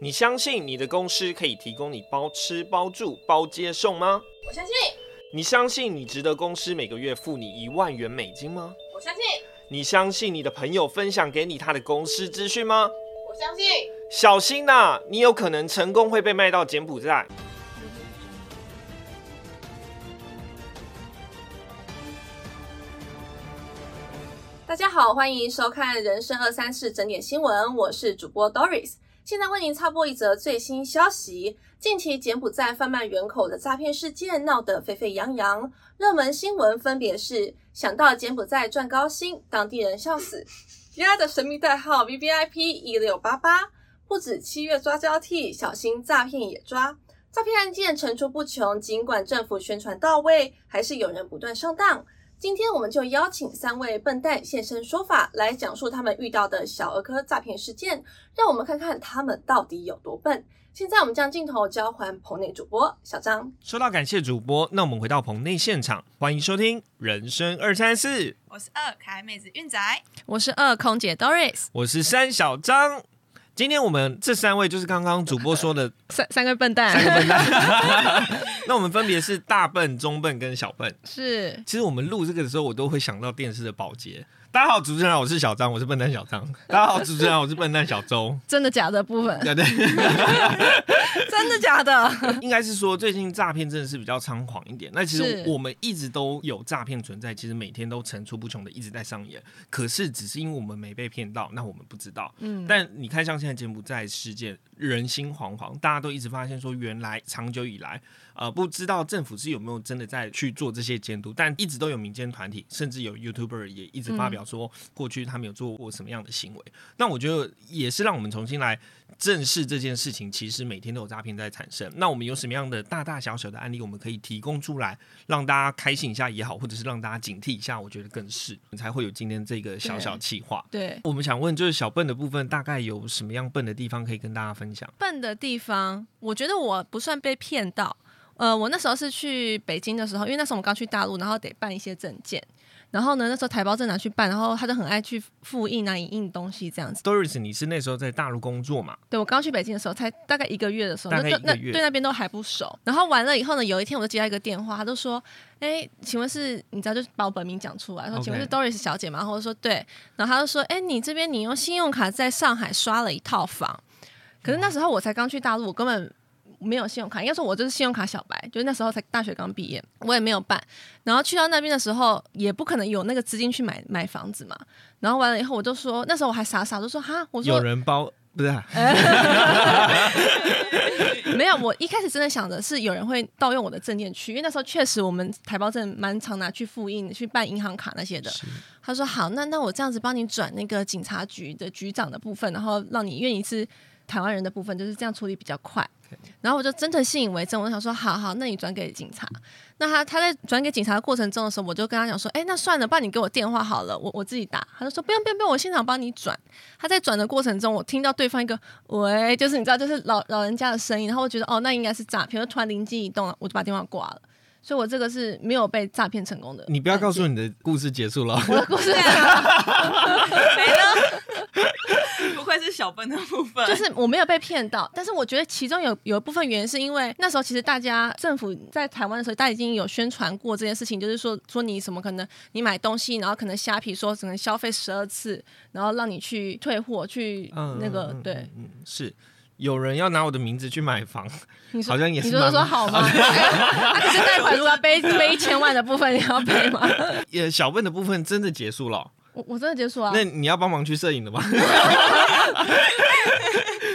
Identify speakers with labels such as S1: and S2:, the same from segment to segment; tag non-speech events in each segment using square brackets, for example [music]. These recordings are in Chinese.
S1: 你相信你的公司可以提供你包吃、包住、包接送吗？
S2: 我相信，
S1: 你相信你值得公司每个月付你一万元美金吗？
S2: 我相信，
S1: 你相信你的朋友分享给你他的公司资讯吗？
S2: 我相信。
S1: 小心呐、你有可能成功会被卖到柬埔寨。
S2: 大家好，欢迎收看《人生二三事》整点新闻，我是主播 Doris。现在为您插播一则最新消息：近期柬埔寨贩卖人口的诈骗事件闹得沸沸扬扬，热门新闻分别是想到柬埔寨赚高薪，当地人笑死；他的神秘代号 V V I P 一六八八，不止七月抓交替，小心诈骗也抓。诈骗案件层出不穷，尽管政府宣传到位，还是有人不断上当。今天我们就邀请三位笨蛋现身说法，来讲述他们遇到的小儿科诈骗事件，让我们看看他们到底有多笨。现在我们将镜头交还棚内主播小张，
S1: 收到，感谢主播。那我们回到棚内现场，欢迎收听《人生二三四》，
S3: 我是二可爱妹子运仔，
S4: 我是二空姐 Doris，
S1: 我是三小张。今天我们这三位就是刚刚主播说的
S4: 三三个笨蛋，
S1: 三个笨蛋，那我们分别是大笨、中笨跟小笨。
S4: 是
S1: 其实我们录这个的时候，我都会想到电视的保洁。大家好，主持人好，我是小张，我是笨蛋小张。大家好，主持人好，我是笨蛋小周。
S4: 真的假的部 [laughs] 分，
S1: 对对，
S4: 真的假的？
S1: 应该是说最近诈骗真的是比较猖狂一点。那其实
S4: 是
S1: 我们一直都有诈骗存在，其实每天都层出不穷的一直在上演。可是只是因为我们没被骗到，那我们不知道。
S4: 嗯，
S1: 但你看，像现在柬埔寨事件，人心惶惶，大家都一直发现说，原来长久以来，呃，不知道政府是有没有真的在去做这些监督，但一直都有民间团体，甚至有 YouTuber 也一直发
S4: 嗯
S1: 表说，过去他们有做过什么样的行为。那我觉得也是让我们重新来正视这件事情，其实每天都有诈骗在产生。那我们有什么样的大大小小的案例，我们可以提供出来，让大家开心一下也好，或者是让大家警惕一下，我觉得更是才会有今天这个小小企划。
S4: [laughs] 对，
S1: 我们想问，就是小笨的部分，大概有什么样笨的地方可以跟大家分享？
S4: 笨的地方，我觉得我不算被骗到。呃，我那时候是去北京的时候，因为那时候我们刚去大陆，然后得办一些证件，然后呢，那时候台胞证拿去办，然后他就很爱去复印啊、影印东西这样子。
S1: Doris，你是那时候在大陆工作嘛？
S4: 对我刚去北京的时候，才大概一个月的时候，
S1: 大
S4: 那
S1: 概
S4: 对
S1: 一个
S4: 那
S1: 月
S4: 对那边都还不熟。然后完了以后呢，有一天我就接到一个电话，他就说：“哎，请问是你知道，就是把我本名讲出来，说
S1: OK
S4: 请问是 Doris 小姐吗？”然后我说对，然后他就说：“哎，你这边你用信用卡在上海刷了一套房，可是那时候我才刚去大陆，我根本。”没有信用卡，应该说我就是信用卡小白，就是那时候才大学刚毕业，我也没有办。然后去到那边的时候，也不可能有那个资金去买买房子嘛。然后完了以后，我就说那时候我还傻傻，就说哈，我说
S1: 有人包不是
S4: [laughs]
S1: 啊、
S4: 没有，我一开始真的想的是有人会盗用我的证件去，因为那时候确实我们台胞证蛮常拿去复印、去办银行卡那些的。他说好，那那我这样子帮你转那个警察局的局长的部分，然后让你愿意是台湾人的部分，就是这样处理比较快。然后我就真的信以为真，我就想说，好好，那你转给警察。那他他在转给警察的过程中的时候，我就跟他讲说，哎，那算了，不然你给我电话好了，我我自己打。他就说不用不用不用，我现场帮你转。他在转的过程中，我听到对方一个喂，就是你知道，就是老老人家的声音，然后我觉得哦，那应该是诈骗，我就突然灵机一动，我就把电话挂了。所以我这个是没有被诈骗成功的案件。
S1: 你不要告诉你的故事结束了。
S4: 我的故事是这样，
S3: [laughs] 不愧是小笨的部分，
S4: 就是我没有被骗到，但是我觉得其中有有一部分原因是因为那时候其实大家政府在台湾的时候，大家已经有宣传过这件事情，就是说说你什么可能你买东西，然后可能虾皮说只能消费十二次，然后让你去退货去那个、
S1: 嗯
S4: 对，，
S1: 嗯嗯嗯是有人要拿我的名字去买房，
S4: 你说
S1: 好像也是
S4: 你说
S1: 蛮
S4: 说好吗？ [laughs] 他可是贷款如果要背背一千万的部分，你要背吗？ [laughs]
S1: 也小笨的部分真的结束了哦、
S4: 我我真的结束啊
S1: 那！你要帮忙去摄影的
S4: [laughs]
S1: 吗？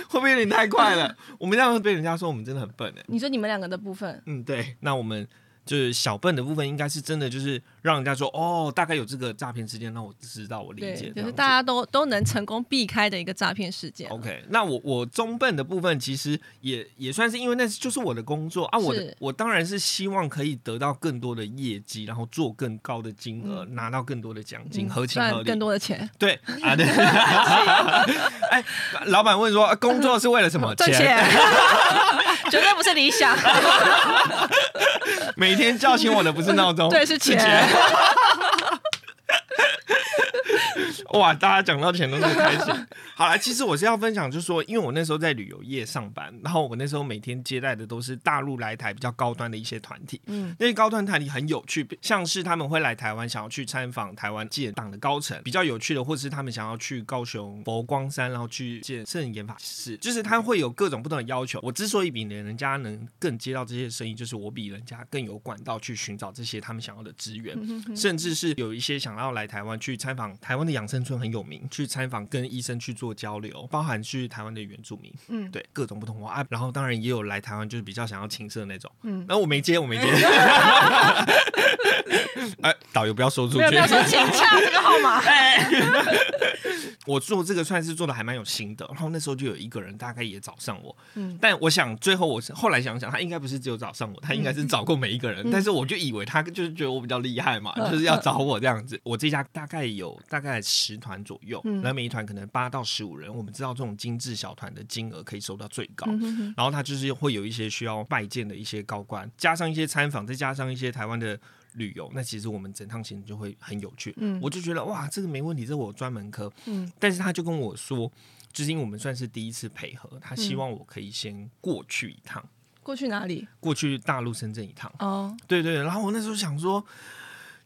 S1: 会不会有点太快了？我们这样会被人家说我们真的很笨哎、
S4: 你说你们两个的部分，
S1: 嗯，对，那我们就是小笨的部分，应该是真的就是让人家说哦，大概有这个诈骗事件，那我知道我理解
S4: 对，，
S1: 这
S4: 就
S1: 样子
S4: 是大家都都能成功避开的一个诈骗事件。
S1: OK，那我我中笨的部分其实也也算是，因为那是就是我的工作啊，我的
S4: 是
S1: 我当然是希望可以得到更多的业绩，然后做更高的金额，拿到更多的奖金，
S4: 嗯
S1: 合情
S4: 赚
S1: 合理。
S4: 更多的钱，
S1: 对啊，
S4: [laughs]
S1: 对。哎，老板问说，啊工作是为了什么？
S4: 赚钱，
S1: [laughs]
S4: 绝对不是理想，
S1: 每天叫醒我的不是闹钟，
S4: 对，是钱。
S1: 钱。 [laughs] 哇，大家讲到钱都是开心。好啦，其实我是要分享，就是说，因为我那时候在旅游业上班，然后我那时候每天接待的都是大陆来台比较高端的一些团体，嗯
S4: 嗯，
S1: 那些高端团体很有趣，像是他们会来台湾想要去参访台湾建党的高层，比较有趣的，或是他们想要去高雄佛光山，然后去见圣严法师，就是他会有各种不同的要求。我之所以比人家能更接到这些生意，就是我比人家更有管道去寻找这些他们想要的资源。甚至是有一些想要来台湾去参访台湾的养生村很有名，去参访跟医生去做交流，包含去台湾的原住民，嗯，
S4: 嗯
S1: 对，各种不同文化啊。然后当然也有来台湾就是比较想要情色的那种，嗯
S4: 嗯，
S1: 那我没接，我没接。 [laughs] 哎，导游不要说出
S4: 没有
S1: 去
S4: 没。有说请洽这个号
S1: [laughs]
S4: 码，
S3: 哎
S1: 我做这个算是做的还蛮有心得，然后那时候就有一个人大概也找上我，
S4: 嗯
S1: 但我想最后我是后来想想，他应该不是只有找上我，他应该是
S4: 嗯
S1: 找过每一个人，但是我就以为他就是觉得我比较厉害嘛，
S4: 嗯
S1: 就是要找我这样子。我这家大概有大概十团左右，
S4: 嗯
S1: 然后每一团可能八到十五人，我们知道这种精致小团的金额可以收到最高，
S4: 嗯哼哼
S1: 然后他就是会有一些需要拜见的一些高官，加上一些参访，再加上一些台湾的旅游，那其实我们整趟行程就会很有趣。
S4: 嗯
S1: 我就觉得哇，这个没问题，这是我专门科。
S4: 嗯
S1: 但是他就跟我说，就是因为我们算是第一次配合，他希望我可以先过去一趟，
S4: 过去哪里？
S1: 过去大陆深圳一趟。
S4: 哦，
S1: 对对，对然后我那时候想说，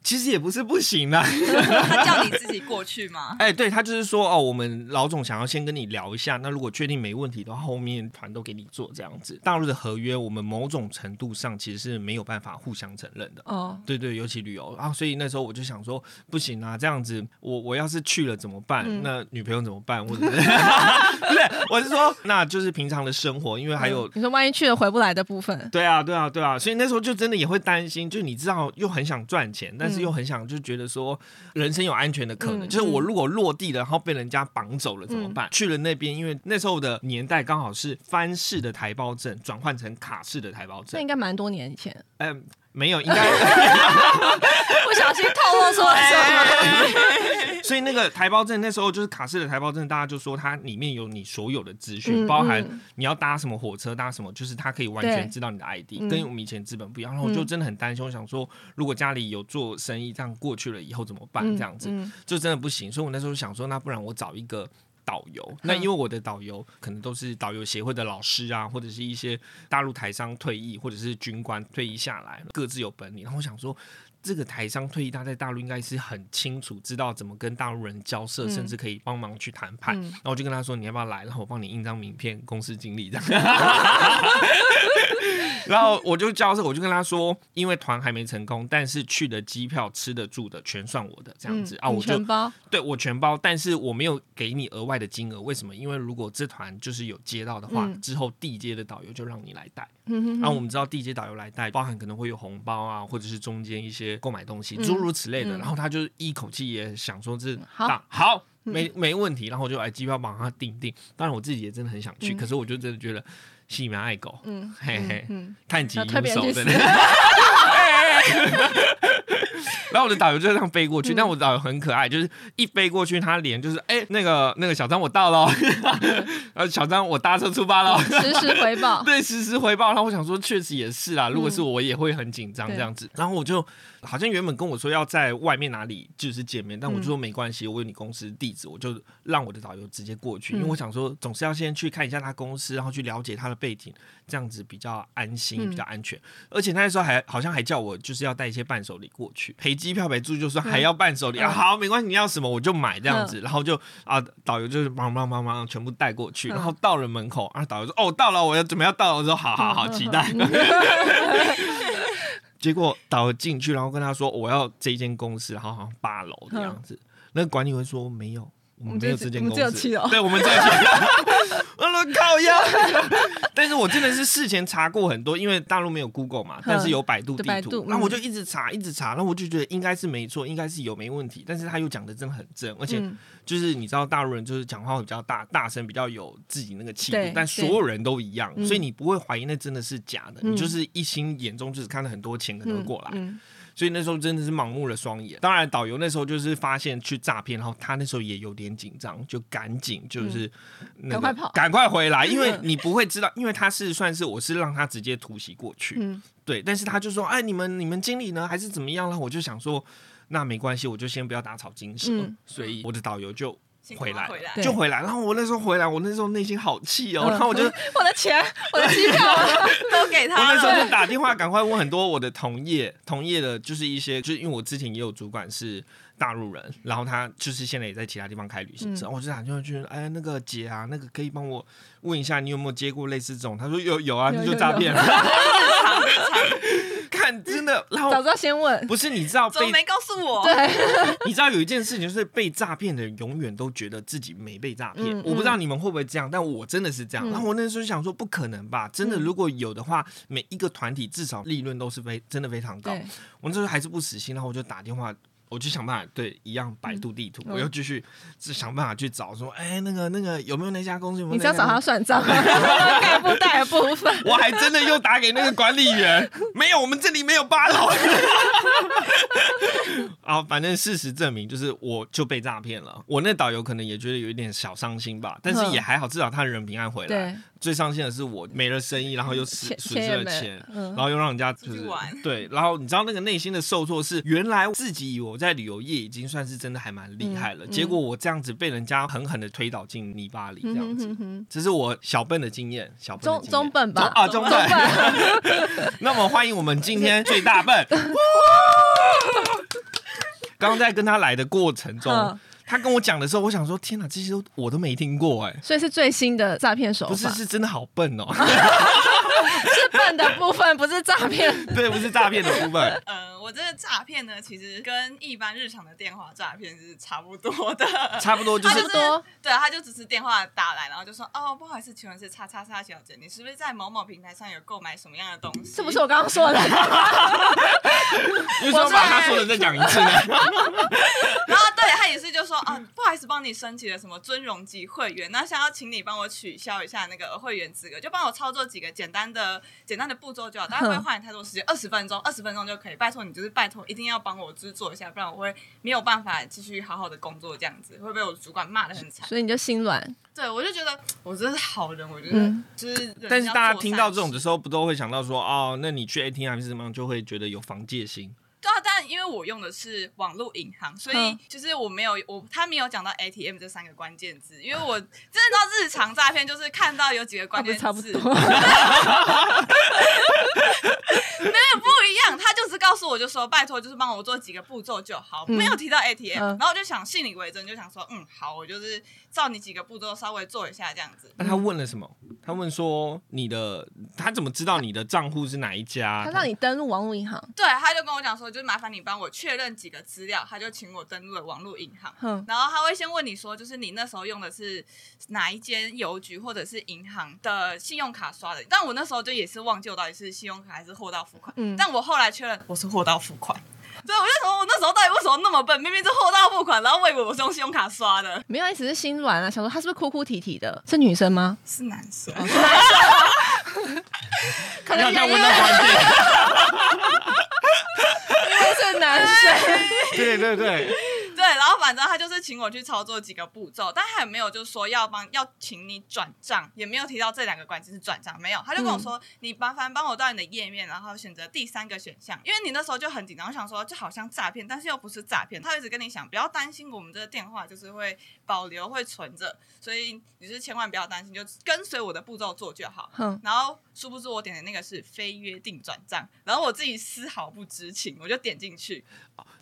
S1: 其实也不是不行啦。
S3: 他叫你自己过去
S2: [laughs]
S3: 吗？
S1: 哎，对他就是说哦，我们老总想要先跟你聊一下，那如果确定没问题的话，后面团都给你做这样子。大陆的合约，我们某种程度上其实是没有办法互相承认的。
S4: 哦，
S1: 对对，尤其旅游啊，所以那时候我就想说，不行啊，这样子，我我要是去了怎么办？
S4: 嗯
S1: 那女朋友怎么 [laughs] 办？或者是不是，我是说，那就是平常的生活，因为还有
S4: 嗯你说万一去了回不来的部分，
S1: 对啊，对啊，对啊，所以那时候就真的也会担心，就你知道又很想赚钱，但是又很想就觉得说人生有安全的可能，
S4: 嗯
S1: 就是我如果落地了，然后被人家绑走了怎么办？去了那边，因为那时候的年代刚好是翻式的台胞证转换成卡式的台胞
S4: 那
S1: 证
S4: 应，该蛮多年以前，
S1: 嗯、没有，应该，
S4: 不小心透露出来
S1: [laughs]
S4: 什么？
S1: 所以那个台胞证那时候就是卡式的台胞证，大家就说它里面有你所有的资讯，
S4: 嗯
S1: 包含
S4: 嗯
S1: 你要搭什么火车，搭什么，就是他可以完全
S4: 对
S1: 知道你的 ID，
S4: 嗯
S1: 跟我们以前资本不一样。然后我就真的很担心，我想说，如果家里有做生意，这样过去了以后怎么办？这样子
S4: 嗯
S1: 就真的不行。所以我那时候想说，那不然我找一个。导游，那
S4: 嗯
S1: 因为我的导游可能都是导游协会的老师啊，或者是一些大陆台商退役，或者是军官退役下来，各自有本领。然后我想说，这个台商退役，他在大陆应该是很清楚，知道怎么跟大陆人交涉，甚至可以帮忙去谈判。
S4: 嗯
S1: 然后我就跟他说，你要不要来？然后我帮你印张名片，公司经理这样。 [laughs] 然后我就交涉，我就跟他说，因为团还没成功，但是去的机票、吃的、住的全算我的，这样子、啊，
S4: 嗯
S1: 我
S4: 你
S1: 就
S4: 全包，
S1: 对我全包，但是我没有给你额外的金额，为什么？因为如果这团就是有接到的话，
S4: 嗯
S1: 之后地接的导游就让你来带。
S4: 嗯哼
S1: 然后我
S4: 哼
S1: 们知道地接导游来带，包含可能会有红包啊，或者是中间一些购买东西，诸如此类的。
S4: 嗯
S1: 然后他就是一口气也想说这
S4: 好嗯
S1: 大好。没没问题，然后我就来机票帮他订订。当然我自己也真的很想去，可是我就真的觉得戏蛮爱狗，
S4: 嗯
S1: 嘿嘿，
S4: 嗯，
S1: 探及
S4: 要推
S1: 无
S4: 别人
S1: 手
S4: 去
S1: 的 [laughs]
S4: 死。
S1: 那然后我的导游就这样飞过去，但我的导游很可爱，就是一飞过去，他脸就是哎、那个那个小张我到了哦， [laughs] 然后小张我搭车出发了哦，
S4: 实时回
S1: [laughs]
S4: 报，
S1: 对，实时回报。然后我想说，确实也是啦，如果
S4: 嗯
S1: 是我，我也会很紧张这样子。然后我就好像原本跟我说要在外面哪里就是见面，
S4: 嗯
S1: 但我就说没关系，我有你公司地址，我就让我的导游直接过去，因为
S4: 嗯
S1: 我想说总是要先去看一下他公司，然后去了解他的背景，这样子比较安心，
S4: 嗯
S1: 比较安全。而且他那时候还好像还叫我就是要带一些伴手礼过去，赔机票赔住就算还要伴手礼、啊，
S4: 嗯
S1: 好没关系，你要什么我就买这样子，然后就啊导游就是忙忙忙忙全部带过去，
S4: 嗯
S1: 然后到了门口啊导游说哦到了我要准备要到了，我说好好
S4: 嗯
S1: 好期
S4: [laughs]
S1: 待。结果导游进去，然后跟他说我要这间公司，然后好像八楼的样子，那个管理会说没有。我们
S4: 们
S1: 没有
S4: 这
S1: 这间
S4: 嗯我
S1: 公
S4: 们
S1: 司，
S4: 只有七楼
S1: 对，我们只有七楼。 [laughs] 我说靠呀！ [laughs] 但是我真的是事前查过很多，因为大陆没有 Google 嘛，但是有百度地
S4: 对嗯百
S1: 图
S4: 度，
S1: 然后我就
S4: 嗯
S1: 一直查，一直查，然后我就觉得应该是没错，应该是有没问题，但是他又讲的真的很正，而且
S4: 嗯
S1: 就是你知道大陆人就是讲话会比较大大声，比较有自己那个气度
S4: 对，
S1: 但所有人都一样，
S4: 嗯
S1: 所以你不会怀疑那真的是假的，
S4: 嗯
S1: 你就是一心眼中就是看了很多钱可能会过来，
S4: 嗯
S1: 所以那时候真的是盲目了双眼。当然，导游那时候就是发现去诈骗，然后他那时候也有点紧张，就赶紧就是、那个
S4: 嗯赶快跑嗯
S1: 赶快回
S4: [laughs]
S1: 来，因为你不会知道，因为他是算是我是让他直接突袭过去，
S4: 嗯
S1: 对。但是他就说：“哎，你们你们经理呢？还是怎么样了？”我就想说。那没关系，我就先不要打草惊蛇。
S4: 嗯
S1: 所以我的导游就
S3: 辛苦
S1: 回来
S3: 回来
S1: 了，就回来。然后我那时候回来，我那时候内心好气哦，
S4: 嗯
S1: 然后我就。
S4: 我的钱，我的机
S1: [laughs]
S4: 票啊，
S3: 都给
S1: 我那
S3: 他
S1: 时候
S3: 了。
S1: 就打电话，赶快问很多我的同业，同业的就是一些，就是因为我之前也有主管是大陆人，然后他就是现在也在其他地方开旅行社，
S4: 嗯
S1: 我就打电话去，哎，那个姐啊，那个可以帮我问一下，你有没有接过类似这种？他说有有啊，
S4: 有
S1: 那就
S4: 有
S1: 诈
S4: 有 [laughs]
S1: 骗了。 [laughs] 看，真的，然后
S4: 早知道先问。
S1: 不是你知道
S4: [laughs]
S3: 怎么
S1: 被
S3: 没告诉我？
S4: 对，
S1: 你知道有一件事情，就是被诈骗的人永远都觉得自己没被诈骗。
S4: 嗯
S1: 我不知道你们会不会这样，但我真的是这样。
S4: 嗯
S1: 然后我那时候想说，不可能吧？真的，
S4: 嗯
S1: 如果有的话，每一个团体至少利润都是非真的非常高。
S4: 对，
S1: 我那时候还是不死心，然后我就打电话。我就想办法对一样百度地图，
S4: 嗯
S1: 我又继续是想办法去找说，哎、那个那个有没有那家公司？有没有那
S4: 你只要
S1: 家
S4: 找
S1: 公司
S4: 他
S1: [laughs]
S4: 算账，概不带的部分。
S1: 我还真的又打给那个管理员，没有，我们这里没有八楼。啊，反正事实证明，就是我就被诈骗了。我那导游可能也觉得有一点小伤心吧，但是也还好，至少他人平安回来。
S4: 嗯对，
S1: 最伤心的是我没了生意，然后又损
S4: 钱
S1: 损
S4: 钱
S1: 失
S4: 也
S1: 了
S4: 没
S1: 钱，，然
S4: 嗯，
S1: 后又让人家就
S3: 出
S1: 是
S3: 去玩
S1: 对，然后你知道那个内心的受挫是，原来自己以为我在旅游业已经算是真的还蛮厉害了，
S4: 嗯嗯
S1: 结果我这样子被人家狠狠的推倒进泥巴里，这
S4: 嗯
S1: 样
S4: 哼
S1: 子。
S4: 哼哼
S1: 这是我小笨的经验，小笨的
S4: 中
S1: 经验
S4: 中笨吧
S1: 中啊中
S4: 中
S1: 笨。 [laughs] 那么欢迎我们今天最大笨。刚刚在跟他来的过程中
S4: 嗯，
S1: 他跟我讲的时候，我想说：天哪，这些都我都没听过哎、
S4: 所以是最新的诈骗手
S1: 不是
S4: 法，
S1: 是真的好笨哦， [laughs]
S4: 是笨的部分，不是诈
S1: [laughs]
S4: 骗。
S1: 对，不是诈骗的部分。
S3: 嗯，我这个诈骗呢，其实跟一般日常的电话诈骗是差不多的。
S1: 差不多就
S3: 他
S1: 是
S3: 就是
S4: 差不多
S3: 对，他就只是电话打来，然后就说：“哦，不好意思，请问是叉叉叉小姐，你是不是在某某平台上有购买什么样的东西？”
S4: 是不是我刚刚说的？ [laughs]
S1: 你为什么要把他说的再讲一次呢？
S3: 然后对他也是就说：“啊，不好意思，帮你申请了什么尊荣级会员，那想要请你帮我取消一下那个呃会员资格，就帮我操作几个简单的简单的步骤就好，大家不会花你太多时间，二十分钟，二十分钟就可以。拜托你，就是拜托，一定要帮我制作一下，不然我会没有办法继续好好的工作，这样子会被我主管骂的很惨。”
S4: 所以你就心软，
S3: 对，我就觉得我真是好人，我觉得、
S4: 嗯
S3: 就是人要做善事。
S1: 但是大家听到这种的时候，不都会想到说：哦，那你去 ATM 是什么样，就会觉得有防戒心。
S3: 对啊，但因为我用的是网络银行，所以
S4: 嗯
S3: 就是我没有我他没有讲到 ATM 这三个关键字，因为我真的知道日常诈骗就是看到有几个
S4: 那
S3: 关
S4: 啊不
S3: 键
S4: 是
S3: 字
S4: 差不多？
S3: 那不一样，他就只告诉我就说拜托，就是帮我做几个步骤就好，
S4: 嗯
S3: 没有提到 ATM，、
S4: 嗯
S3: 然后我就想信以为真，就想说嗯好，我就是照你几个步骤稍微做一下这样子。
S1: 那他问了什么？他问说你的，他怎么知道你的账户是哪一家？
S4: [laughs] 他让你登录网络银行，
S3: 对，他就跟我讲说，就是麻烦你帮我确认几个资料，他就请我登录了网络银行。
S4: 哼，
S3: 然后他会先问你说，就是你那时候用的是哪一间邮局或者是银行的信用卡刷的？但我那时候就也是忘记我到底是信用卡还是货到付款。
S4: 嗯
S3: 但我后来确认我是货到付款。对，我就想说，我那时候到底为什么那么笨？明明是货到付款，然后我以为我是用信用卡刷的，
S4: 没有意思是心软啊，想说他是不是哭哭啼啼的？是女
S1: [laughs]
S4: 生吗？
S3: 是男生。
S4: 可
S1: 要
S4: 能
S1: 再
S4: 因
S1: 问到
S4: 为
S1: 环境。 [laughs]
S4: 是男生，
S1: 对对对，
S3: 对，然后反正他就是请我去操作几个步骤，但他也没有就说要帮要请你转账，也没有提到这两个关键是转账，没有，他就跟我说、你麻烦帮我到你的页面，然后选择第三个选项，因为你那时候就很紧张，我想说就好像诈骗，但是又不是诈骗，他一直跟你讲不要担心，我们这个电话就是会保留会存着，所以你就是千万不要担心，就跟随我的步骤做就好。
S4: 哼，
S3: 然后殊不知我点的那个是非约定转账，然后我自己丝毫不知情，我就点进去，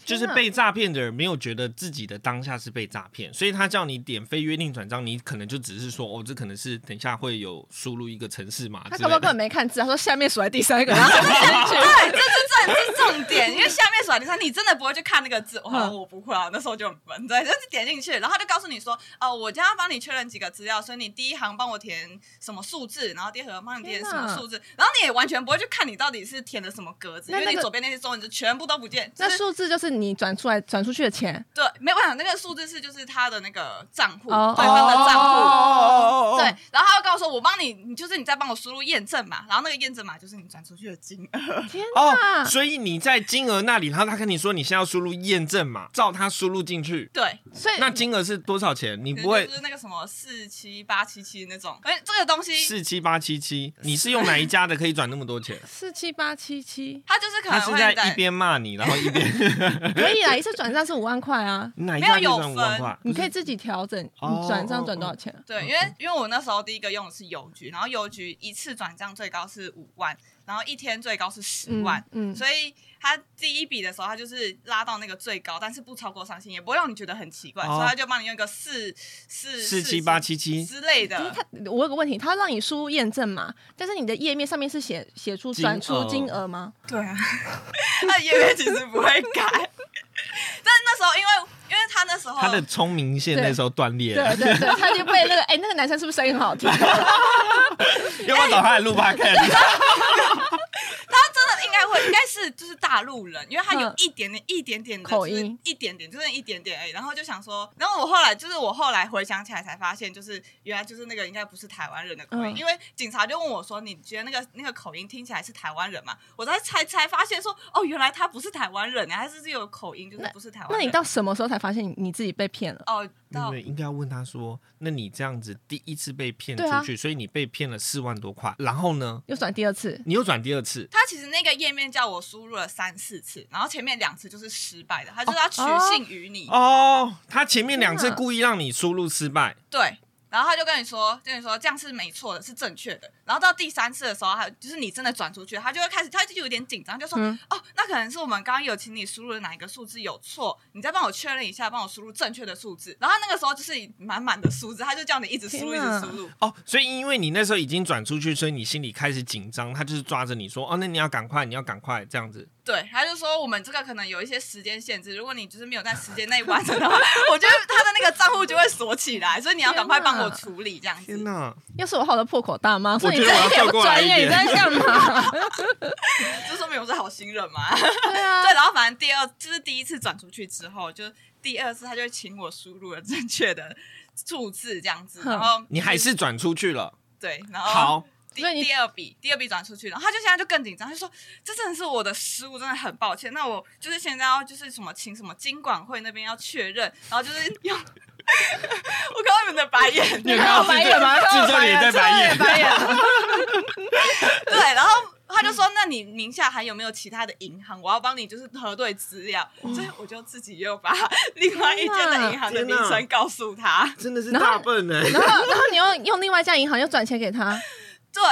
S1: 就是被诈骗的人没有觉得自己的当下是被诈骗，所以他叫你点非约定转账，你可能就只是说哦，这可能是等一下会有输入一个城市码
S4: 他
S1: 之
S4: 搞
S1: 类
S4: 不好根
S1: 的。
S4: 本没看字，他说下面数在第
S1: [laughs]
S4: 三个， [laughs] 然后他就进去。
S3: 对，这是这这是重点，因为下面甩零三，你真的不会去看那个字。哇，
S4: 嗯
S3: 我不会啊，那时候就很笨，对，就是点进去，然后他就告诉你说，哦，我将要帮你确认几个资料，所以你第一行帮我填什么数字，然后第二行帮你填什么数字，然后你也完全不会去看你到底是填的什么格子，
S4: 那那
S3: 因
S4: 个
S3: 为你左边那些中文字全部都不见。就
S4: 那
S3: 是
S4: 数字就是你转出来转出去的钱，
S3: 对，没有办法，那个数字是就是他的那个账户，
S4: 哦
S3: 对方的账户。
S1: 哦
S3: 对，，然后他会告诉我，我帮你，你就是你再帮我输入验证码，然后那个验证码就是你转出去的金额。
S4: 天
S1: 哦，
S4: 哪！
S1: 所以你在金额那里，然后他跟你说你现在要输入验证码，照他输入进去，
S3: 对，
S4: 所以
S1: 那金额是多少钱？你
S3: 可
S1: 不
S3: 能
S1: 会
S3: 就是那个什么四七八七七那种，而且这个东西
S4: [laughs]
S1: 四七八七七，你是用哪一家的可以转那么多钱？
S4: 四七八七七，
S3: 它就是就是可
S1: 他
S3: 能
S1: 是
S3: 会
S1: 在一边骂你，然后一边
S4: 可以啊，一次转账是五万块啊，
S1: 哪一
S3: 没
S1: 家
S3: 有有
S1: 赚五万块？
S4: 你可以自己调整，
S1: 哦
S4: 你转账转多少钱啊？
S1: 嗯
S3: 对，因为因为我那时候第一个用的是邮局，然后邮局一次转账最高是五万，然后一天最高是十万，
S4: 嗯，嗯，
S3: 所以他第一笔的时候，他就是拉到那个最高，但是不超过上限，也不会让你觉得很奇怪，
S1: 哦
S3: 所以他就帮你用一个四四
S1: 四七八七七
S3: 之类
S4: 可是
S3: 的。
S4: 他，我有个问题，他让你输入验证码，但是你的页面上面是写写出
S1: 金额
S4: 转出金额吗？
S3: 对 [laughs] 啊，他的页面其实不会改， [laughs] 但那时候因为因为他那时候
S1: 他的聪明线那时候断裂
S4: 对
S1: 了，
S4: 哦对对，他就被
S1: [laughs]
S4: 那个哎、那个男生是不是声音很好听？ [laughs]
S1: 要不要找他来录 p o d
S4: 哎
S1: c
S3: 他真的应该会，应该是就是大陆人，因为他有
S4: 嗯
S3: 一点点、一点点的
S4: 口
S3: 就是
S4: 音
S3: 一点点，就是一点点而已。然后就想说，然后我后来就是我后来回想起来才发现，就是原来就是那个应该不是台湾人的口音，
S4: 嗯
S3: 因为警察就问我说，你觉得那个那个口音听起来是台湾人吗？我才才才发现说，哦，原来他不是台湾人，他是有口音，就是不是台湾
S4: 那
S3: 人。
S4: 你到什么时候才发现你你自己被骗了？
S3: 哦到
S1: 对，应该要问他说，那你这样子第一次被骗出
S4: 对啊
S1: 去，所以你被骗了四万多块，然后呢，
S4: 又转第二次，
S1: 你又转第二次，
S3: 他其实那个页面叫我输入了三四次，然后前面两次就是失败的，他就是要取信于你。
S1: 哦，他前面两次
S4: 天啊
S1: 故意让你输入失败，
S3: 对，然后他就跟你说，跟你说这样是没错的，是正确的。然后到第三次的时候，他就是你真的转出去，他就会开始，他就有点紧张，就说、
S4: 嗯
S3: 哦，那可能是我们刚刚有请你输入的哪一个数字有错，你再帮我确认一下，帮我输入正确的数字。然后那个时候就是满满的数字，他就叫你一直输入，一
S4: 天
S3: 直
S4: 哪
S3: 输入。
S1: 哦，所以因为你那时候已经转出去，所以你心里开始紧张，他就是抓着你说，哦，那你要赶快，你要赶快这样子，
S3: 对，他就说我们这个可能有一些时间限制，如果你就是没有在时间内完成的话，我觉得他的那个账户就会锁起来，所以你要赶快帮我处理这样子
S1: 天。哪，
S4: 要是我好的破口大骂，说你
S1: 觉
S4: 这
S1: 得我要
S4: 一点
S1: 跳
S4: 不
S1: 过来
S4: 专
S1: 一
S4: 业，
S1: 点
S4: 你在干嘛？ [laughs]
S3: 这说明我是好心人嘛。
S4: 对
S3: [laughs]
S4: 啊
S3: 对，，然后反正第二就是第一次转出去之后，就第二次他就请我输入了正确的数字这样子，
S4: 哼
S3: 然后嗯
S1: 你还是转出去了，
S3: 对，
S4: 哦
S3: 然后
S1: 好，
S3: 第
S4: 所以你
S3: 第二笔第二笔转出去，然后他就现在就更紧张，他就说这真的是我的失误，真的很抱歉。那我就是现在要就是什么请什么经管会那边要确认，然后就是用 [laughs] 我看到你们的白眼，
S1: 你有看到
S4: 白眼吗
S1: 制作人也在白眼，
S4: 白眼，
S3: 对，然后他就说：“那你名下还有没有其他的银行？我要帮你就是核对资料。”所以我就自己又把另外一间的银行的名称告诉他。
S1: 真的是
S4: 然后
S1: 大笨欸呢、
S4: 然后然后你又用另外一家银行又转钱给他，
S3: 对，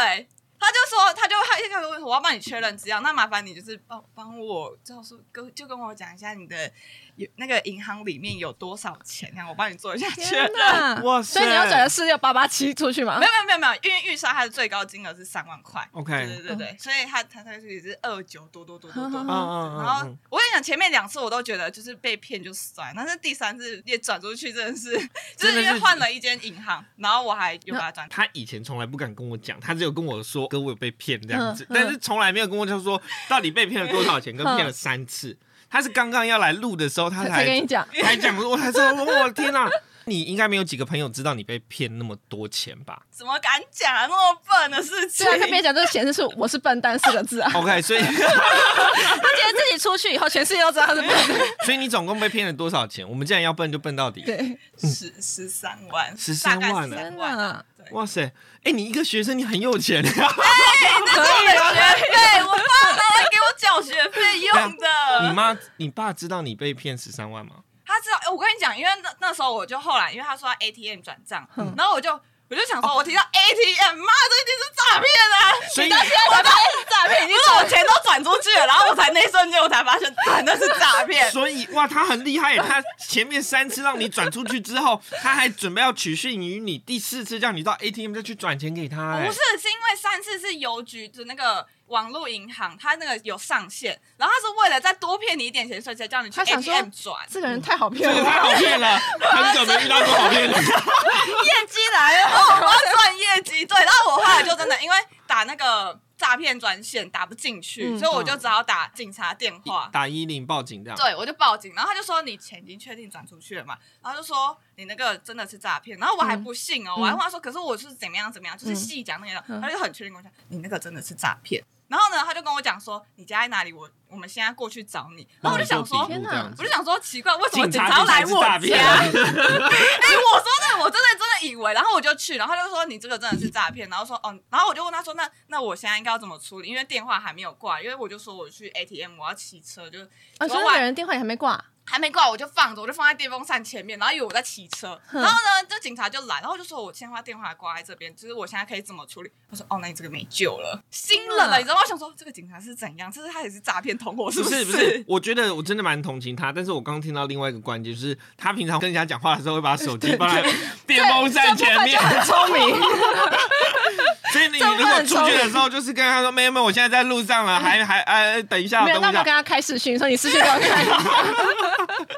S3: 他就说，他就他就跟我说：“我要帮你确认资料，那麻烦你就是帮帮我，就是跟就跟我讲一下你的有那个银行里面有多少钱，然后我帮你做一下确认。”
S4: 哪
S1: 哇塞
S4: 所以你要转的是六八八七出去嘛
S3: 没？有没有没有没有，因为预算它的最高金额是三万块。
S1: OK
S3: 对对对对，所以他他他就是是二九多多多多多
S1: 嗯嗯
S3: 然后我跟你讲，前面两次我都觉得就是被骗就算，但是第三次也转出去，真的是 [laughs] 就是因为换了一间银行，然后我还有把它转。
S1: 他以前从来不敢跟我讲，他只有跟我说哥我有被骗这样子，
S4: 嗯嗯
S1: 但是从来没有跟我就说到底被骗了多少钱，跟骗了三次。他是刚刚要来录的时候，他
S4: 才才跟你讲，
S1: 才讲，我才说，我天哪、你应该没有几个朋友知道你被骗那么多钱吧
S4: [laughs]
S3: 怎么敢讲啊那么笨的事情
S4: 虽？然跟啊别人讲这个显示是我是笨蛋四个字啊，
S1: ？OK，所以 [laughs]
S4: 他觉得自己出去以后全世界都知道他是笨蛋。
S1: 所以你总共被骗了多少钱？我们既然要笨就笨到底。
S4: [laughs] 对，
S3: 十十三万，
S1: 13
S3: 大概
S1: 嗯万啊
S3: 13万啊对
S1: 哇塞，哎、你一个学生你很有
S4: [laughs]
S1: 钱，
S4: 哎可以啊。
S3: 学费，
S4: [laughs]
S3: 我爸拿来给我缴学费
S1: [laughs]
S3: 用
S1: 你
S3: 的。
S1: 妈你爸知道你被骗十三万吗？
S3: 他知道，哎我跟你讲，因为那那时候我就后来，因为他说他哎 ATM 转账，
S1: 嗯
S3: 然后我就我就想说，我提到 ATM，妈，这一定是诈骗啊！
S1: 哦所以
S3: 你到现在才发现是诈骗，因为我钱都转出去了，然后我才那一瞬间我才发现，真的是诈骗。
S1: 所以哇，他很厉害耶，他前面三次让你转出去之后，他还准备要取信于你，第四次叫你到 ATM 再去转钱给他。哎
S3: 不是，，是因为上次是邮局的那个网络银行，它那个有上限，然后他是为了再多骗你一点钱，所以才叫你去
S4: 他想说
S3: ATM 转。
S4: 这个人太好骗
S1: 哎这
S4: 了
S1: 个太
S4: 吧，
S1: 好骗了，很久没遇到过好骗
S3: [laughs]
S1: 的。
S3: 业绩来了，哦，我要赚业绩。对，然后我后来就真的因为打那个诈骗专线打不进去，
S4: 嗯
S3: 所以我就只好打警察电话。
S1: 打一零报警这样。
S3: 对，我就报警，然后他就说你钱已经确定转出去了嘛，然后就说你那个真的是诈骗，然后我还不嗯信哦，我还问他说，可是我是怎么样怎么样，就是细讲那个，他就很确定跟我讲，你那个真的是诈骗。然后呢，他就跟我讲说你家在哪里，我我们现在过去找你。然后我就想说，
S4: 天哪
S1: 哪
S3: 我就想说奇怪，为什么
S1: 警
S3: 警
S1: 察
S3: 察要来
S1: 就是
S3: 我
S1: 诈
S3: 家？
S1: 骗
S3: 哎、我说的，我真的真的以为，然后我就去，然后他就说你这个真的是诈骗，然后说哦，然后我就问他说那那我现在应该要怎么处理？因为电话还没有挂，因为我就说我去 ATM，我要骑车，就
S4: 啊，所以那个人电话也还没挂，
S3: 还没挂，我就放着，我就放在电风扇前面，然后以为我在骑车，然后呢，这警察就来，然后我就说我现在电话挂在这边，就是我现在可以怎么处理？他说哦，那你这个没救了，心冷了，你知道吗？我想说这个警察是怎样？这是他也是诈骗同伙，是
S1: 不是
S3: 是？
S1: 不是，我觉得我真的蛮同情他，但是我刚刚听到另外一个关键，就是他平常跟人家讲话的时候会把手机放在电风扇前面，很聪明。 [laughs] 所以你
S4: 这部分
S1: 如果
S4: 很
S1: 出
S4: 聪明
S1: 去的时候，就是跟他说：“没有没有，我现在在路上了，还还呃，等一下，
S4: 没有，
S1: 等
S4: 那
S1: 我
S4: 我
S1: 一下。
S4: 们跟”他开视讯，说
S3: [laughs]
S4: 你视讯给我看，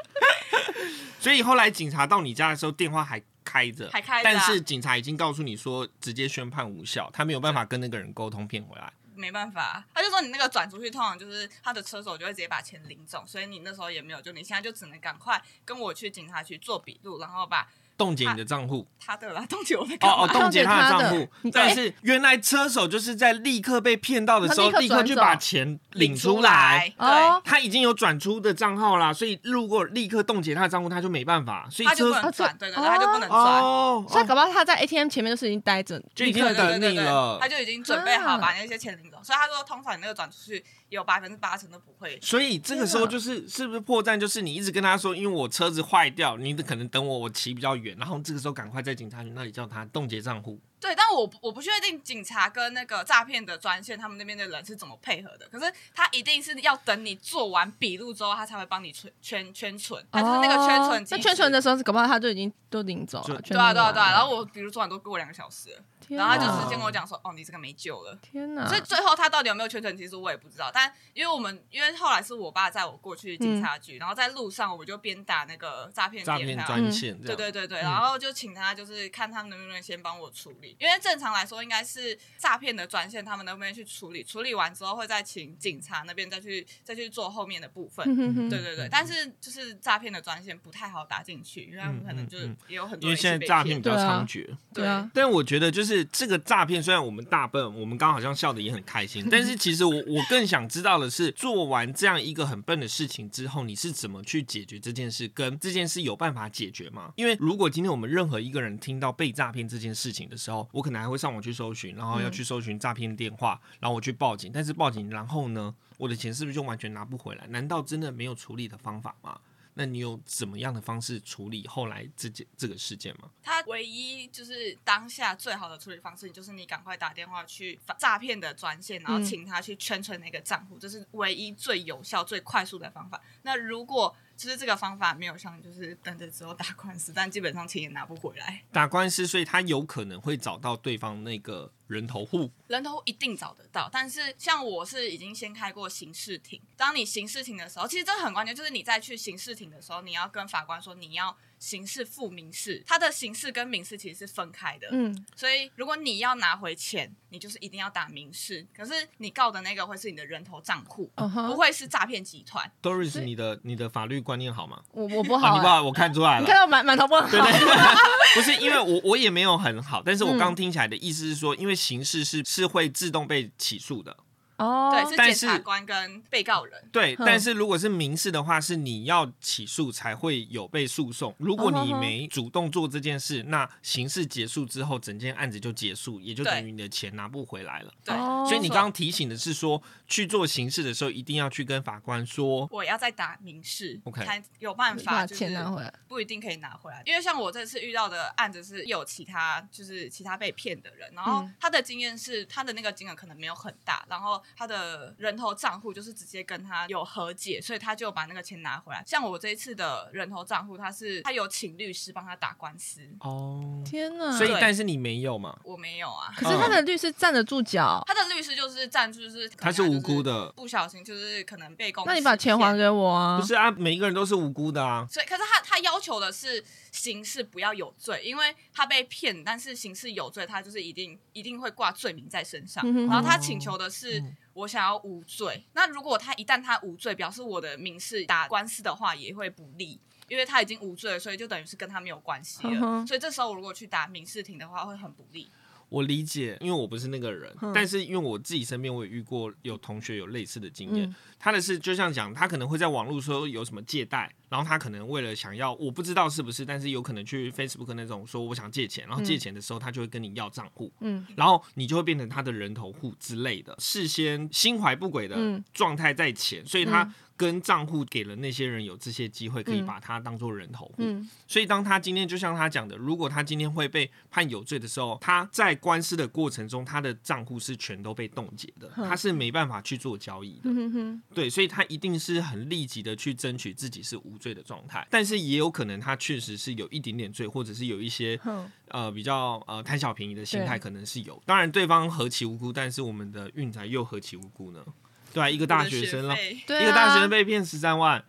S1: 所以后来警察到你家的时候，电话还开着，
S3: 还开着啊
S1: 但是警察已经告诉你说，直接宣判无效，他没有办法跟那个人沟通骗回来。
S3: [laughs] 没办法，他就说你那个转出去，通常就是他的车手就会直接把钱领走，所以你那时候也没有救，你现在就只能赶快跟我去警察局做笔录，然后把
S1: 冻结你的账户，
S3: 他的啦冻结我的干
S1: 哦
S3: 嘛
S1: 哦，冻结他的账户
S4: 冻结他的。
S1: 但是原来车手就是在立刻被骗到的时候，
S4: 他
S1: 立
S4: 立
S1: 刻
S4: 刻
S1: 去
S4: 转走
S1: 把钱领出来。
S3: 对。
S4: 哦
S1: 他已经有转出的账号啦，所以如果立刻冻结他的账户，他就没办法，所以
S3: 他就
S1: 车
S3: 不能
S4: 哦
S3: 转，
S4: 这
S3: 对对对，他就不能转，
S1: 哦，
S4: 所以搞不好他在 ATM 前面就是已经待着，
S1: 就已经
S3: 对对
S1: 等
S3: 对对
S1: 你
S3: 对，
S1: 了
S3: 他。就已经准备好
S4: 啊
S3: 把那些钱领走，所以他说通常你那个转出去有百分之八成都不会，
S1: 所以这个时候就是是不是破绽？就是你一直跟他说，因为我车子坏掉，你可能等我，我骑比较远，然后这个时候赶快在警察局那里叫他冻结账户。
S3: 对，但我不我不确定警察跟那个诈骗的专线他们那边的人是怎么配合的。可是他一定是要等你做完笔录之后，他才会帮你存圈圈存，他就是那个圈存
S4: 哦
S3: 机
S4: 那
S3: 制。
S4: 圈存的时候，搞不好他就已经都领走
S1: 就
S4: 了。
S3: 对啊对啊对啊。然
S4: 后
S3: 后我笔录做完都过两个小时了，
S4: 天
S3: 然
S4: 哪
S3: 后他就直接跟我讲说：“哦，你这个没救了。”
S4: 天哪，
S3: 所以最后他到底有没有圈存，其实我也不知道。但因为我们因为后来是我爸载我过去警察局，然后在路上我就边打那个诈骗
S1: 诈
S3: 电
S1: 骗
S3: 话
S1: 专线，这
S3: 对
S1: 样
S3: 对对对，
S1: 嗯
S3: 然后就请他就是看他们能不能先帮我处理，因为正常来说应该是诈骗的专线他们那边去处理，处理完之后会再请警察那边再去再去做后面的部分。
S4: 嗯哼哼
S3: 对对对，但是就是诈骗的专线不太好打进去，因为他们可能就
S1: 嗯嗯嗯
S3: 也有很多
S1: 因为
S3: 人
S1: 现在
S3: 是被
S1: 诈骗比较
S4: 对啊
S1: 猖獗。
S4: 对啊，
S1: 但我觉得就是这个诈骗，虽然我们大笨，我们刚刚好像笑的也很开心，但是其实我我更想知道的是，做完这样一个很笨的事情之后，你是怎么去解决这件事，跟这件事有办法解决吗？因为如果今天我们任何一个人听到被诈骗这件事情的时候，我可能还会上网去搜寻，然后要去搜寻诈骗电话，然后我去报警，但是报警然后呢，我的钱是不是就完全拿不回来？难道真的没有处理的方法吗？那你有怎么样的方式处理后来这件这个事件吗？
S3: 他唯一就是当下最好的处理方式，就是你赶快打电话去反诈骗的专线，然后请他去圈存那个账户，这是唯一最有效、最快速的方法。那如果就是这个方法没有效，你就是等着之后打官司，但基本上钱也拿不回来，
S1: 打官司，所以他有可能会找到对方那个人头户。
S3: 人头一定找得到。但是像我是已经先开过刑事庭，当你刑事庭的时候，其实这很关键，就是你在去刑事庭的时候，你要跟法官说你要刑事负民事，他的刑事跟民事其实是分开的。
S4: 嗯，
S3: 所以如果你要拿回钱，你就是一定要打民事。可是你告的那个会是你的人头账户，
S4: 嗯
S3: 不
S4: 哼，
S3: 会是诈骗集团。
S1: Doris，你的你的法律观念好吗？
S4: 我我不
S1: 啊，
S4: 好
S1: 你不
S4: 欸，
S1: 好，我看出来
S4: 你
S1: 了
S4: 看。到满满头问
S1: 对
S4: 号，
S1: 对， [laughs] 不是因为我我也没有很好，但是我
S4: 嗯
S1: 刚听起来的意思是说，因为刑事是是会自动被起诉的，
S4: [laughs] 哦，
S3: 对，是
S1: 但
S3: 检
S1: 是
S3: 察官跟被告人。
S1: 对。
S4: 嗯
S1: 但是如果是民事的话，是你要起诉才会有被诉讼。如果
S4: 嗯
S1: 你没主动做这件事，那刑事结束之后，整件案子就结束，也就等于你的钱拿不回来了。
S3: 对，
S4: 哦
S1: 所以你
S3: 没错
S1: 刚刚提醒的是说，去做刑事的时候，一定要去跟法官说，
S3: 我要再打民事
S1: OK
S3: 才有办法，
S4: 把
S3: 就是
S4: 钱拿回来，
S3: 不一定可以拿回来。因为像我这次遇到的案子是有其他就是其他被骗的人，然后
S4: 嗯
S3: 他的经验是他的那个金额可能没有很大，然后他的人头账户就是直接跟他有和解，所以他就把那个钱拿回来。像我这一次的人头账户，他是他有请律师帮他打官司，
S1: 哦，
S4: 天哪！
S1: 所以
S3: 对
S1: 但是你没有嘛，
S3: 我没有啊。
S4: 可是他的律师站得住脚，
S3: 他的律师就是站出啊就是可能
S1: 他是无辜，的
S3: 就是，不小心就是可能被公
S4: 那你把钱还
S3: 给。
S4: 给我啊
S1: 不！是啊，每一个人都是无辜的啊。
S3: 所以，可是他他要求的是刑事不要有罪，因为他被骗，但是刑事有罪，他就是一定一定会挂罪名在身上。
S4: 嗯哼
S3: 然后他请求的是、
S1: 嗯
S3: 我想要无罪。那如果他一旦他无罪，表示我的民事打官司的话也会不利。因为他已经无罪了，所以就等于是跟他没有关系了。
S4: 嗯哼
S3: 所以这时候我如果去打民事庭的话，会很不利。
S1: 我理解，因为我不是那个人，
S4: 嗯
S1: 但是因为我自己身边我也遇过有同学有类似的经验，
S4: 嗯
S1: 他的是就像讲，他可能会在网络说有什么借贷，然后他可能为了想要，我不知道是不是，但是有可能去 Facebook 那种说我想借钱，然后借钱的时候他就会跟你要账户，
S4: 嗯，
S1: 然后你就会变成他的人头户之类的，事先心怀不轨的
S4: 嗯
S1: 状态在前，所以他
S4: 嗯
S1: 跟账户给了那些人有这些机会可以
S4: 嗯
S1: 把他当做人头户，
S4: 嗯
S1: 所以，当他今天就像他讲的，如果他今天会被判有罪的时候，他在官司的过程中，他的账户是全都被冻结的，
S4: 嗯
S1: 他是没办法去做交易的。
S4: 嗯哼哼，
S1: 对，所以他一定是很立即的去争取自己是无罪的状态，但是也有可能他确实是有一点点罪，或者是有一些
S4: 哼，
S1: 呃比较呃贪小便宜的心态
S4: 对
S1: 可能是有。当然，对方何其无辜，但是我们的运才又何其无辜呢？对啊，一个大学生
S3: 我
S1: 让
S3: 的学费
S4: 对啊，
S1: 一个大学生被骗十三万，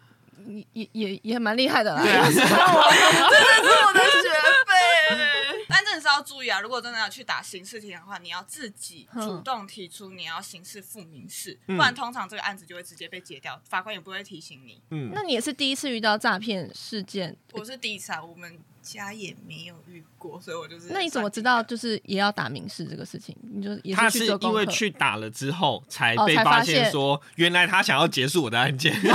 S4: 也也也也蛮厉害的啦。
S1: 对啊，
S3: 这是我的学费。但真的是要注意啊！如果真的要去打刑事庭的话，你要自己主动提出你要刑事负民事，
S1: 嗯
S3: 不然通常这个案子就会直接被解掉，法官也不会提醒你。
S1: 嗯，
S4: [laughs] 那你也是第一次遇到诈骗事件，
S3: 我是第一次啊，我们家也没有遇过，所以我就是。
S4: 那你怎么知道就是也要打民事这个事情？你就也
S1: 他
S4: 去
S1: 是
S4: 做
S1: 因
S4: 功课
S1: 为去打了之后才
S4: 哦
S1: 被
S4: 才
S1: 发
S4: 发
S1: 现
S4: 现
S1: 说，原来他想要结束我的案件。
S3: 对？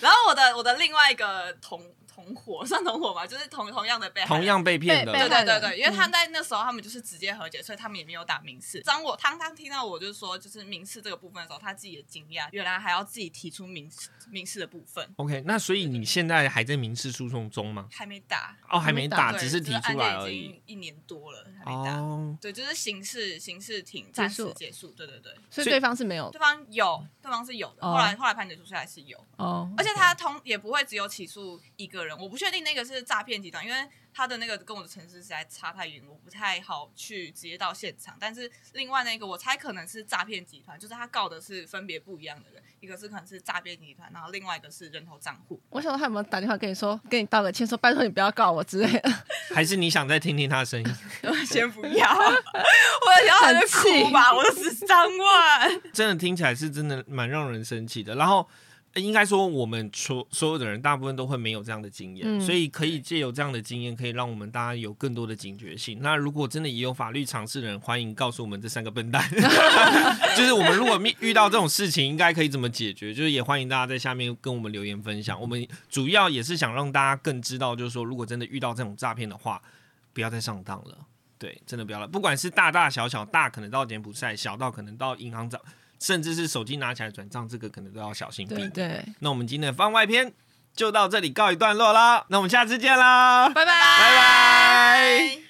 S3: 然后我的我的另外一个同同伙算同伙吧，就是同同样的被害人
S1: 同样被骗的，
S4: 被
S3: 对
S4: 被
S3: 对
S4: 害
S3: 对
S4: 人
S3: 对，因为他
S4: 嗯
S3: 在那时候他们就是直接和解，所以他们也没有打民事。当我当他听到我就是说就是民事这个部分的时候，他自己也惊讶，原来还要自己提出民事民事的部分，
S1: OK，那所以你现在还在民事诉讼中吗？
S3: 还没打，
S1: 哦，还没打，
S3: 对
S1: 只是
S3: 就
S1: 提
S3: 案
S1: 出
S3: 件
S1: 来而
S3: 已
S1: 已。
S3: 经一年多了还没打。
S1: 哦，
S3: 对，就是刑事刑事庭暂时结束，对对对，
S4: 所以
S1: 所以
S4: 对方是没有
S3: 对方有，对方是有的，
S4: 哦
S3: 后来后来判决书出来是有，
S4: 哦，
S1: 哎
S3: 而且他通也不会只有起诉一个人，我不确定那个是诈骗集团，因为他的那个跟我的城市实在差太远，我不太好去直接到现场。但是另外那个我猜可能是诈骗集团，就是他告的是分别不一样的人，一个是可能是诈骗集团，然后另外一个是人头账户。
S4: 我想说他有没有打电话跟你说，跟你道个歉，说拜托你不要告我之类的。
S1: [laughs] 还是你想再听听他的声音？
S3: 先不要， [laughs] 我然后他就哭吧，我十三万。
S1: 真的听起来是真的蛮让人生气的。然后。呃应该说，我们所所有的人，大部分都会没有这样的经验，
S4: 嗯
S1: 所以可以借由这样的经验，可以让我们大家有更多的警觉性。那如果真的也有法律常识的人，欢迎告诉我们这三个笨蛋，就是我们如果面遇到这种事情，应该可以怎么解决？就是也欢迎大家在下面跟我们留言分享。我们主要也是想让大家更知道，就是说，如果真的遇到这种诈骗的话，不要再上当了。对，真的不要了。不管是大大小小，大可能到柬埔寨，小到可能到银行转，甚至是手机拿起来转账，这个可能都要小心避
S4: 对
S1: 免。
S4: 对，
S1: 那我们今天的番外篇就到这里告一段落啦，那我们下次见啦，
S4: 拜拜。
S1: 拜拜。
S3: 拜